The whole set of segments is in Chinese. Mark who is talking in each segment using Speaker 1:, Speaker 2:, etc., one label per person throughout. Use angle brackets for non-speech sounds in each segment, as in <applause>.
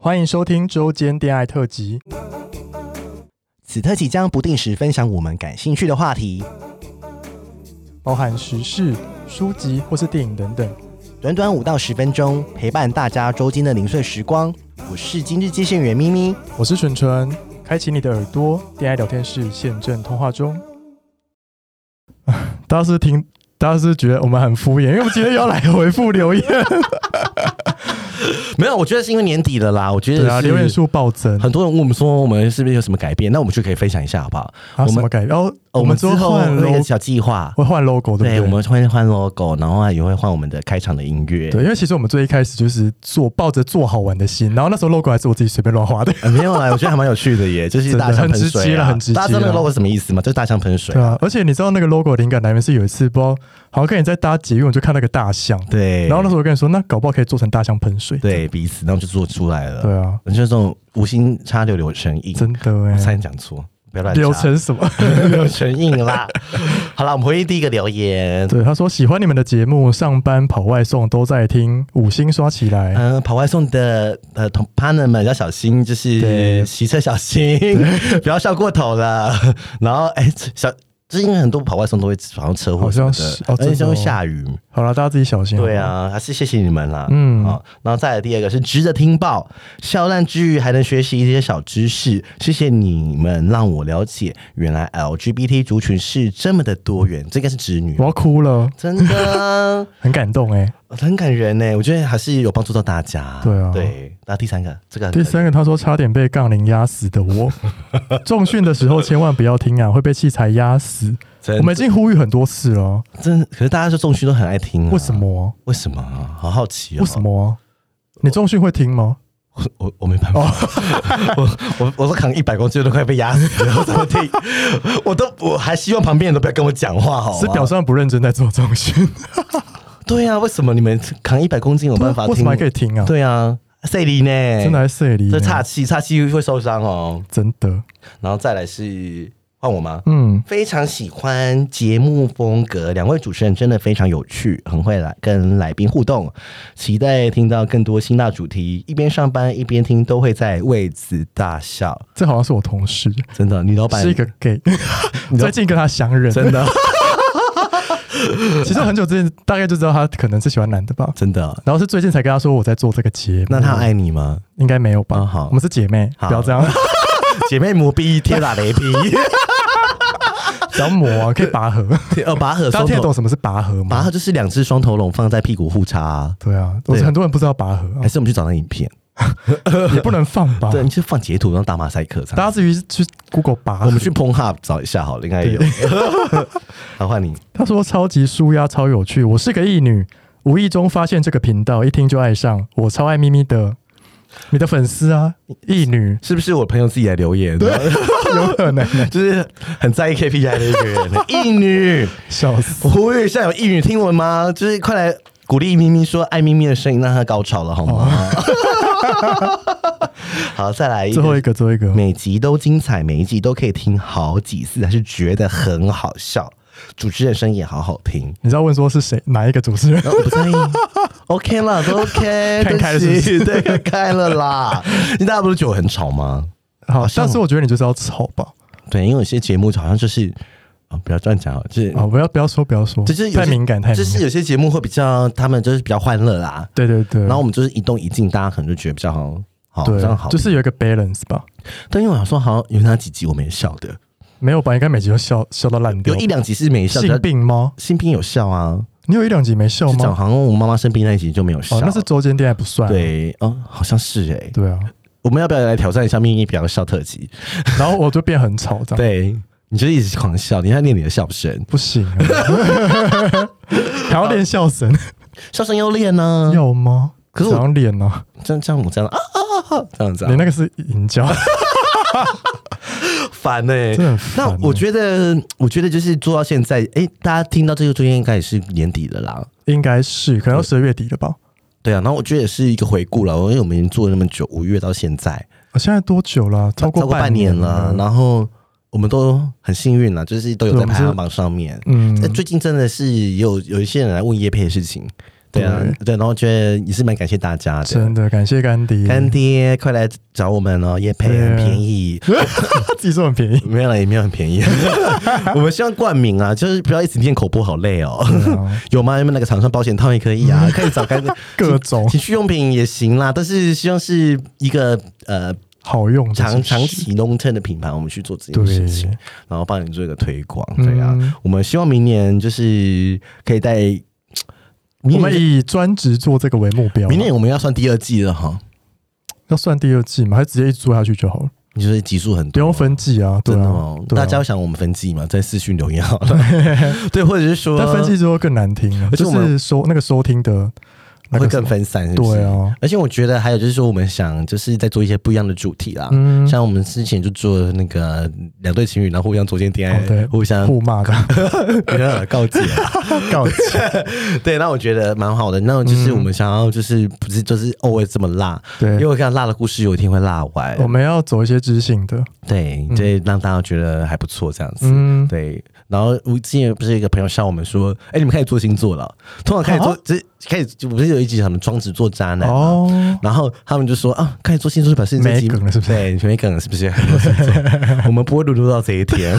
Speaker 1: 欢迎收听周间恋爱特辑。
Speaker 2: 此特辑将不定时分享我们感兴趣的话题，
Speaker 1: 包含时事、书籍或是电影等等。
Speaker 2: 短短五到十分钟，陪伴大家周间的零碎时光。我是今日接线员咪咪，
Speaker 1: 我是纯纯，开启你的耳朵，恋爱聊天室现正通话中。 <laughs> 大家是听，大家是觉得我们很敷衍，因为我们今天要来回复留
Speaker 2: <laughs>
Speaker 1: 言，
Speaker 2: 啊没有，我觉得是因为年底了啦，我觉得
Speaker 1: 对啊，
Speaker 2: 是
Speaker 1: 留言数暴增。啊
Speaker 2: 很多人问我们说我们是不是有什么改变，那我们就可以分享一下好不好？
Speaker 1: 啊，
Speaker 2: 我
Speaker 1: 什
Speaker 2: 们
Speaker 1: 么改变？哦，
Speaker 2: 呃
Speaker 1: 我们之后换
Speaker 2: 那个
Speaker 1: logo，
Speaker 2: 小计划，
Speaker 1: 会换 logo，对不
Speaker 2: 对，我们会换 logo，然后也会换我们的开场的音乐。
Speaker 1: 对，因为其实我们最一开始就是做抱着做好玩的心，然后那时候 logo 还是我自己随便乱画的。
Speaker 2: 呃没有啦，我觉得还蛮有趣
Speaker 1: <laughs>
Speaker 2: 的耶，就是
Speaker 1: 真的
Speaker 2: 大象
Speaker 1: 很
Speaker 2: 喷
Speaker 1: 直
Speaker 2: 水
Speaker 1: 接啦
Speaker 2: 啊
Speaker 1: 很直
Speaker 2: 大家知道
Speaker 1: 接
Speaker 2: 那个
Speaker 1: 啦
Speaker 2: logo 是什么意思吗？就是大象喷水
Speaker 1: 对。啊，而且你知道那个 logo 灵感来源是有一次，不知道好像跟你在搭捷运，我就看那个大象，
Speaker 2: 对，
Speaker 1: 然后那时候我跟你说，那搞不好可以做成大象喷水。
Speaker 2: 对啊彼此，然后就做出来了。
Speaker 1: 对啊，
Speaker 2: 就是这种无心插柳柳成荫，
Speaker 1: 真的
Speaker 2: 我差
Speaker 1: 哎，
Speaker 2: 点讲错，不要乱插
Speaker 1: 流程什么？
Speaker 2: <laughs> 柳成荫啦。好了，我们回应第一个留言。
Speaker 1: 对，他说喜欢你们的节目，上班跑外送都在听，五星刷起来。
Speaker 2: 嗯、跑外送的呃同 partner 们要小心，
Speaker 1: 对
Speaker 2: 就是骑车小心， <laughs> 不要笑过头了。然后哎、小，就是因为很多跑外送都会好像车祸
Speaker 1: 好
Speaker 2: 什么
Speaker 1: 像
Speaker 2: 的
Speaker 1: 是，哦
Speaker 2: 而且
Speaker 1: 真的
Speaker 2: 就会
Speaker 1: 哦
Speaker 2: 下雨。
Speaker 1: 好了，大家自己小心。哦
Speaker 2: 对，啊，还是谢谢你们啦。
Speaker 1: 嗯
Speaker 2: 嗯，好、然后再来第二个是值得听报，笑烂之余还能学习一些小知识，谢谢你们让我了解原来 LGBT 族群是这么的多元，这个是直女
Speaker 1: 我，要哭了，
Speaker 2: 真的 <laughs>
Speaker 1: 很感动哎。
Speaker 2: 很感人呢。我觉得还是有帮助到大家。
Speaker 1: 对啊
Speaker 2: 对。那第三个，这个
Speaker 1: 第三个他说差点被杠铃压死的
Speaker 2: <laughs>
Speaker 1: 我，重训的时候千万不要听啊，会被器材压死。
Speaker 2: 真
Speaker 1: 我们已经呼吁很多次了啊，
Speaker 2: 真，可是大家就重训都很爱听、啊，
Speaker 1: 为什？么啊？
Speaker 2: 为什么啊？好好奇哦。
Speaker 1: 为什？么啊？你重训会听吗？
Speaker 2: 我我我没办法，
Speaker 1: 哦
Speaker 2: <laughs> 我我我都扛一百公斤都快被压死了，我怎么听？我都我还希望旁边人都不要跟我讲话，好吗
Speaker 1: 是表示他们不认真在做重训，
Speaker 2: 对啊，为什么你们扛一百公斤有
Speaker 1: <laughs>
Speaker 2: 办法听？
Speaker 1: 为什么还可以听啊？
Speaker 2: 对啊，赛里呢？
Speaker 1: 真的，还啊是离
Speaker 2: 这岔气，岔气会受伤哦。
Speaker 1: 真的，
Speaker 2: 然后再来是换我吗？
Speaker 1: 嗯，
Speaker 2: 非常喜欢节目风格，两位主持人真的非常有趣，很会来跟来宾互动，期待听到更多辛辣主题。一边上班一边听，都会在为此大笑。
Speaker 1: 这好像是我同事，
Speaker 2: 真的，你老板
Speaker 1: 是一个
Speaker 2: <laughs>
Speaker 1: gay，最近跟他相认，
Speaker 2: 真的
Speaker 1: 其实很久之前大概就知道他可能是喜欢男的吧，
Speaker 2: <laughs> 真的。
Speaker 1: 然后是最近才跟他说我在做这个节目，
Speaker 2: 那他爱你吗？
Speaker 1: 应该没有吧？
Speaker 2: 嗯好
Speaker 1: 我们是姐妹，
Speaker 2: 好
Speaker 1: 不要这样，
Speaker 2: <laughs> 姐妹磨逼，天打 <laughs> 雷劈，
Speaker 1: 不要磨啊，可以拔
Speaker 2: <laughs>
Speaker 1: 河，
Speaker 2: 呃，拔河
Speaker 1: 大家
Speaker 2: 双
Speaker 1: 听得
Speaker 2: 头
Speaker 1: 懂，什么是拔河吗？
Speaker 2: 拔河就是两只双头龙放在屁股互插啊、
Speaker 1: 对啊，我
Speaker 2: 对
Speaker 1: 很多人不知道拔河啊
Speaker 2: 还，是我们去找那影片？
Speaker 1: 也不能放吧？
Speaker 2: 对，你去放截图，然后打哦马赛克这样。
Speaker 1: 大家至于去 Google 拔
Speaker 2: 我
Speaker 1: 河
Speaker 2: 们，去 p o n h u b 找一下好了，应该有。 <laughs> 好，换你。
Speaker 1: 他说超级舒压，超有趣。我是个异女，无意中发现这个频道，一听就爱上。我超爱咪咪的，你的粉丝啊，异
Speaker 2: <laughs>
Speaker 1: 女
Speaker 2: 是不是我朋友自己来留言？
Speaker 1: 有可能、欸，
Speaker 2: <laughs> 就是很在意 KPI 的一个 <laughs> 人，一女。
Speaker 1: 笑死。
Speaker 2: 我呼吁一下，有一女听闻吗？就是快来鼓励咪咪说爱咪咪的声音，让她高潮了好吗？ <laughs> 好，再哦来一
Speaker 1: 最后
Speaker 2: 个
Speaker 1: 一。个，最后一个，
Speaker 2: 每集都精彩，每一集都可以听好几次，还是觉得很好笑。主持人声音也好好
Speaker 1: <laughs>
Speaker 2: 听，
Speaker 1: 你知道问说是谁哪一个主持人？
Speaker 2: 然后我不在意，OK 了，都
Speaker 1: <laughs>
Speaker 2: OK，
Speaker 1: 看开了
Speaker 2: 对不起
Speaker 1: 是
Speaker 2: 对，看开了
Speaker 1: <laughs>
Speaker 2: 啦。你大家不是觉得我很吵吗？
Speaker 1: 好
Speaker 2: <laughs> 好，像
Speaker 1: 但是我觉得你就是要吵吧。
Speaker 2: 对，因为有些节目好像就是啊、不要这样讲哦，就是
Speaker 1: 啊，不要不要说，不要说，
Speaker 2: 就是有些
Speaker 1: 太敏感，太
Speaker 2: 就
Speaker 1: 敏
Speaker 2: 是
Speaker 1: 感。
Speaker 2: 有些节目会比较，他们就是比较欢乐啦。
Speaker 1: 对对对，
Speaker 2: 然后我们就是一动一静，大家可能就觉得比较好，好这样好。
Speaker 1: 对，就是有一个 balance 吧。
Speaker 2: 但因为我想说，好像有哪几集我没笑的，
Speaker 1: 没有吧？应该每集都笑笑到烂掉
Speaker 2: 有。一两集是没笑
Speaker 1: 性
Speaker 2: 的。
Speaker 1: 病吗？
Speaker 2: 新兵有笑啊，
Speaker 1: 你有一两集没笑
Speaker 2: 就讲
Speaker 1: 吗？
Speaker 2: 好像我妈妈生病那一集就没有笑，
Speaker 1: 哦哦，那是周间恋爱不算。
Speaker 2: 对，哦，好像是哎、
Speaker 1: 对啊，
Speaker 2: 我们要不要来挑战一下秘密不要笑特辑？
Speaker 1: 然后我就变很吵，这样
Speaker 2: 对，你就一直狂笑，你在练你的笑声，
Speaker 1: 不行、啊， <laughs> 还要练笑声，
Speaker 2: 笑声要练呢、
Speaker 1: 要吗？
Speaker 2: 可是我
Speaker 1: 想要练呢、啊，
Speaker 2: 这样这样我这样啊啊啊啊，这样子、啊
Speaker 1: 你，那个是银角，
Speaker 2: 烦呢、
Speaker 1: 真的很烦
Speaker 2: 那
Speaker 1: 欸
Speaker 2: 我觉得，我觉得就是做到现在，哎、大家听到这个中间应该也是年底了啦。
Speaker 1: 应该是可能要十二月底了吧？
Speaker 2: 对啊，然后我觉得也是一个回顾了，因为我们已经做了那么久，五月到现在
Speaker 1: 我、哦现在多久了？超过
Speaker 2: 超过半
Speaker 1: 年
Speaker 2: 年了，然后我们都很幸运了，就是都有
Speaker 1: 对
Speaker 2: 在
Speaker 1: 我们
Speaker 2: 排
Speaker 1: 是
Speaker 2: 行榜上面。
Speaker 1: 嗯
Speaker 2: 那，最近真的是有有一些人来问叶佩的事情，对啊，对，然后觉得也是蛮感谢大家的。
Speaker 1: 真的感谢干爹，
Speaker 2: 干爹，快来找我们哦！也赔
Speaker 1: 对啊
Speaker 2: 很便宜，
Speaker 1: 他自己说很便
Speaker 2: <laughs>
Speaker 1: 宜，
Speaker 2: 没有啦，也没有很便宜。我们希望冠名啊，就是不要一直念口播，好累哦。有吗？有没有那个厂商保险套也可以 <laughs> 啊？可以找干爹
Speaker 1: 各种
Speaker 2: 情趣用品也行啦，但是希望是一个呃
Speaker 1: 好用的
Speaker 2: 长
Speaker 1: 知识
Speaker 2: 长期 long term 的品牌，我们去做这件事情，然后帮你做一个推广，
Speaker 1: 嗯
Speaker 2: 对啊。我们希望明年就是可以带，
Speaker 1: 我
Speaker 2: 明
Speaker 1: 们
Speaker 2: 年
Speaker 1: 以专职做这个为目标，
Speaker 2: 明年我们要算第二季了哈，
Speaker 1: 要算第二季嘛，还是直接一直做下去就好了，
Speaker 2: 就是集数很
Speaker 1: 不
Speaker 2: 多。
Speaker 1: 用分季啊，对
Speaker 2: 真的
Speaker 1: 啊
Speaker 2: 哦，，
Speaker 1: 对啊
Speaker 2: 大家想我们分季嘛，在私讯留言好
Speaker 1: <laughs>
Speaker 2: 了。对，或者是说，
Speaker 1: 但分季之后更难听了，
Speaker 2: 呃而且
Speaker 1: 就
Speaker 2: 我们
Speaker 1: 是收那个收听的那
Speaker 2: 会
Speaker 1: 个什
Speaker 2: 更
Speaker 1: 么
Speaker 2: 分散，是不是？
Speaker 1: 对啊，
Speaker 2: 而且我觉得还有就是说，我们想就是在做一些不一样的主题啦，
Speaker 1: 嗯，
Speaker 2: 像我们之前就做那个两对情侣，然后互相左肩恋
Speaker 1: 哦对
Speaker 2: 爱，互
Speaker 1: <laughs>
Speaker 2: 相
Speaker 1: 互骂的
Speaker 2: <laughs> 告诫。
Speaker 1: <laughs> 告诫，
Speaker 2: 对，那我觉得蛮好的。那就是我们想要，就是不是就是 always 这么辣，因为
Speaker 1: 嗯对，
Speaker 2: 我看辣的故事有一天会辣完。
Speaker 1: 我们要走一些知性
Speaker 2: <laughs>
Speaker 1: 的，
Speaker 2: 对，
Speaker 1: 嗯
Speaker 2: 对，让大家觉得还不错这样子。
Speaker 1: 嗯，
Speaker 2: 对，然后我之前不是有一个朋友笑我们说，哎、你们开始做星座了哦，通常开始做，这、开始就不是有一集什么装子做渣男吗
Speaker 1: 啊哦，
Speaker 2: 啊然后他们就说啊，开始做星座就表示你这
Speaker 1: 没
Speaker 2: 集
Speaker 1: 梗了是不是
Speaker 2: 对，没梗了是不是？
Speaker 1: <laughs>
Speaker 2: 我们不会沦落到这一天。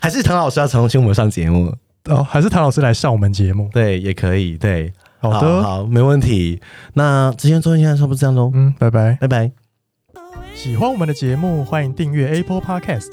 Speaker 2: 还是唐老师要重新我们上节目，
Speaker 1: 哦，还是谭老师来上我们节目，
Speaker 2: 对，也可以，对，
Speaker 1: 好
Speaker 2: 好
Speaker 1: 的，
Speaker 2: 没问题。那之前做现在差不多这样喽，
Speaker 1: 嗯，拜拜。
Speaker 2: 拜拜。
Speaker 1: 喜欢我们的节目，欢迎订阅 Apple Podcast，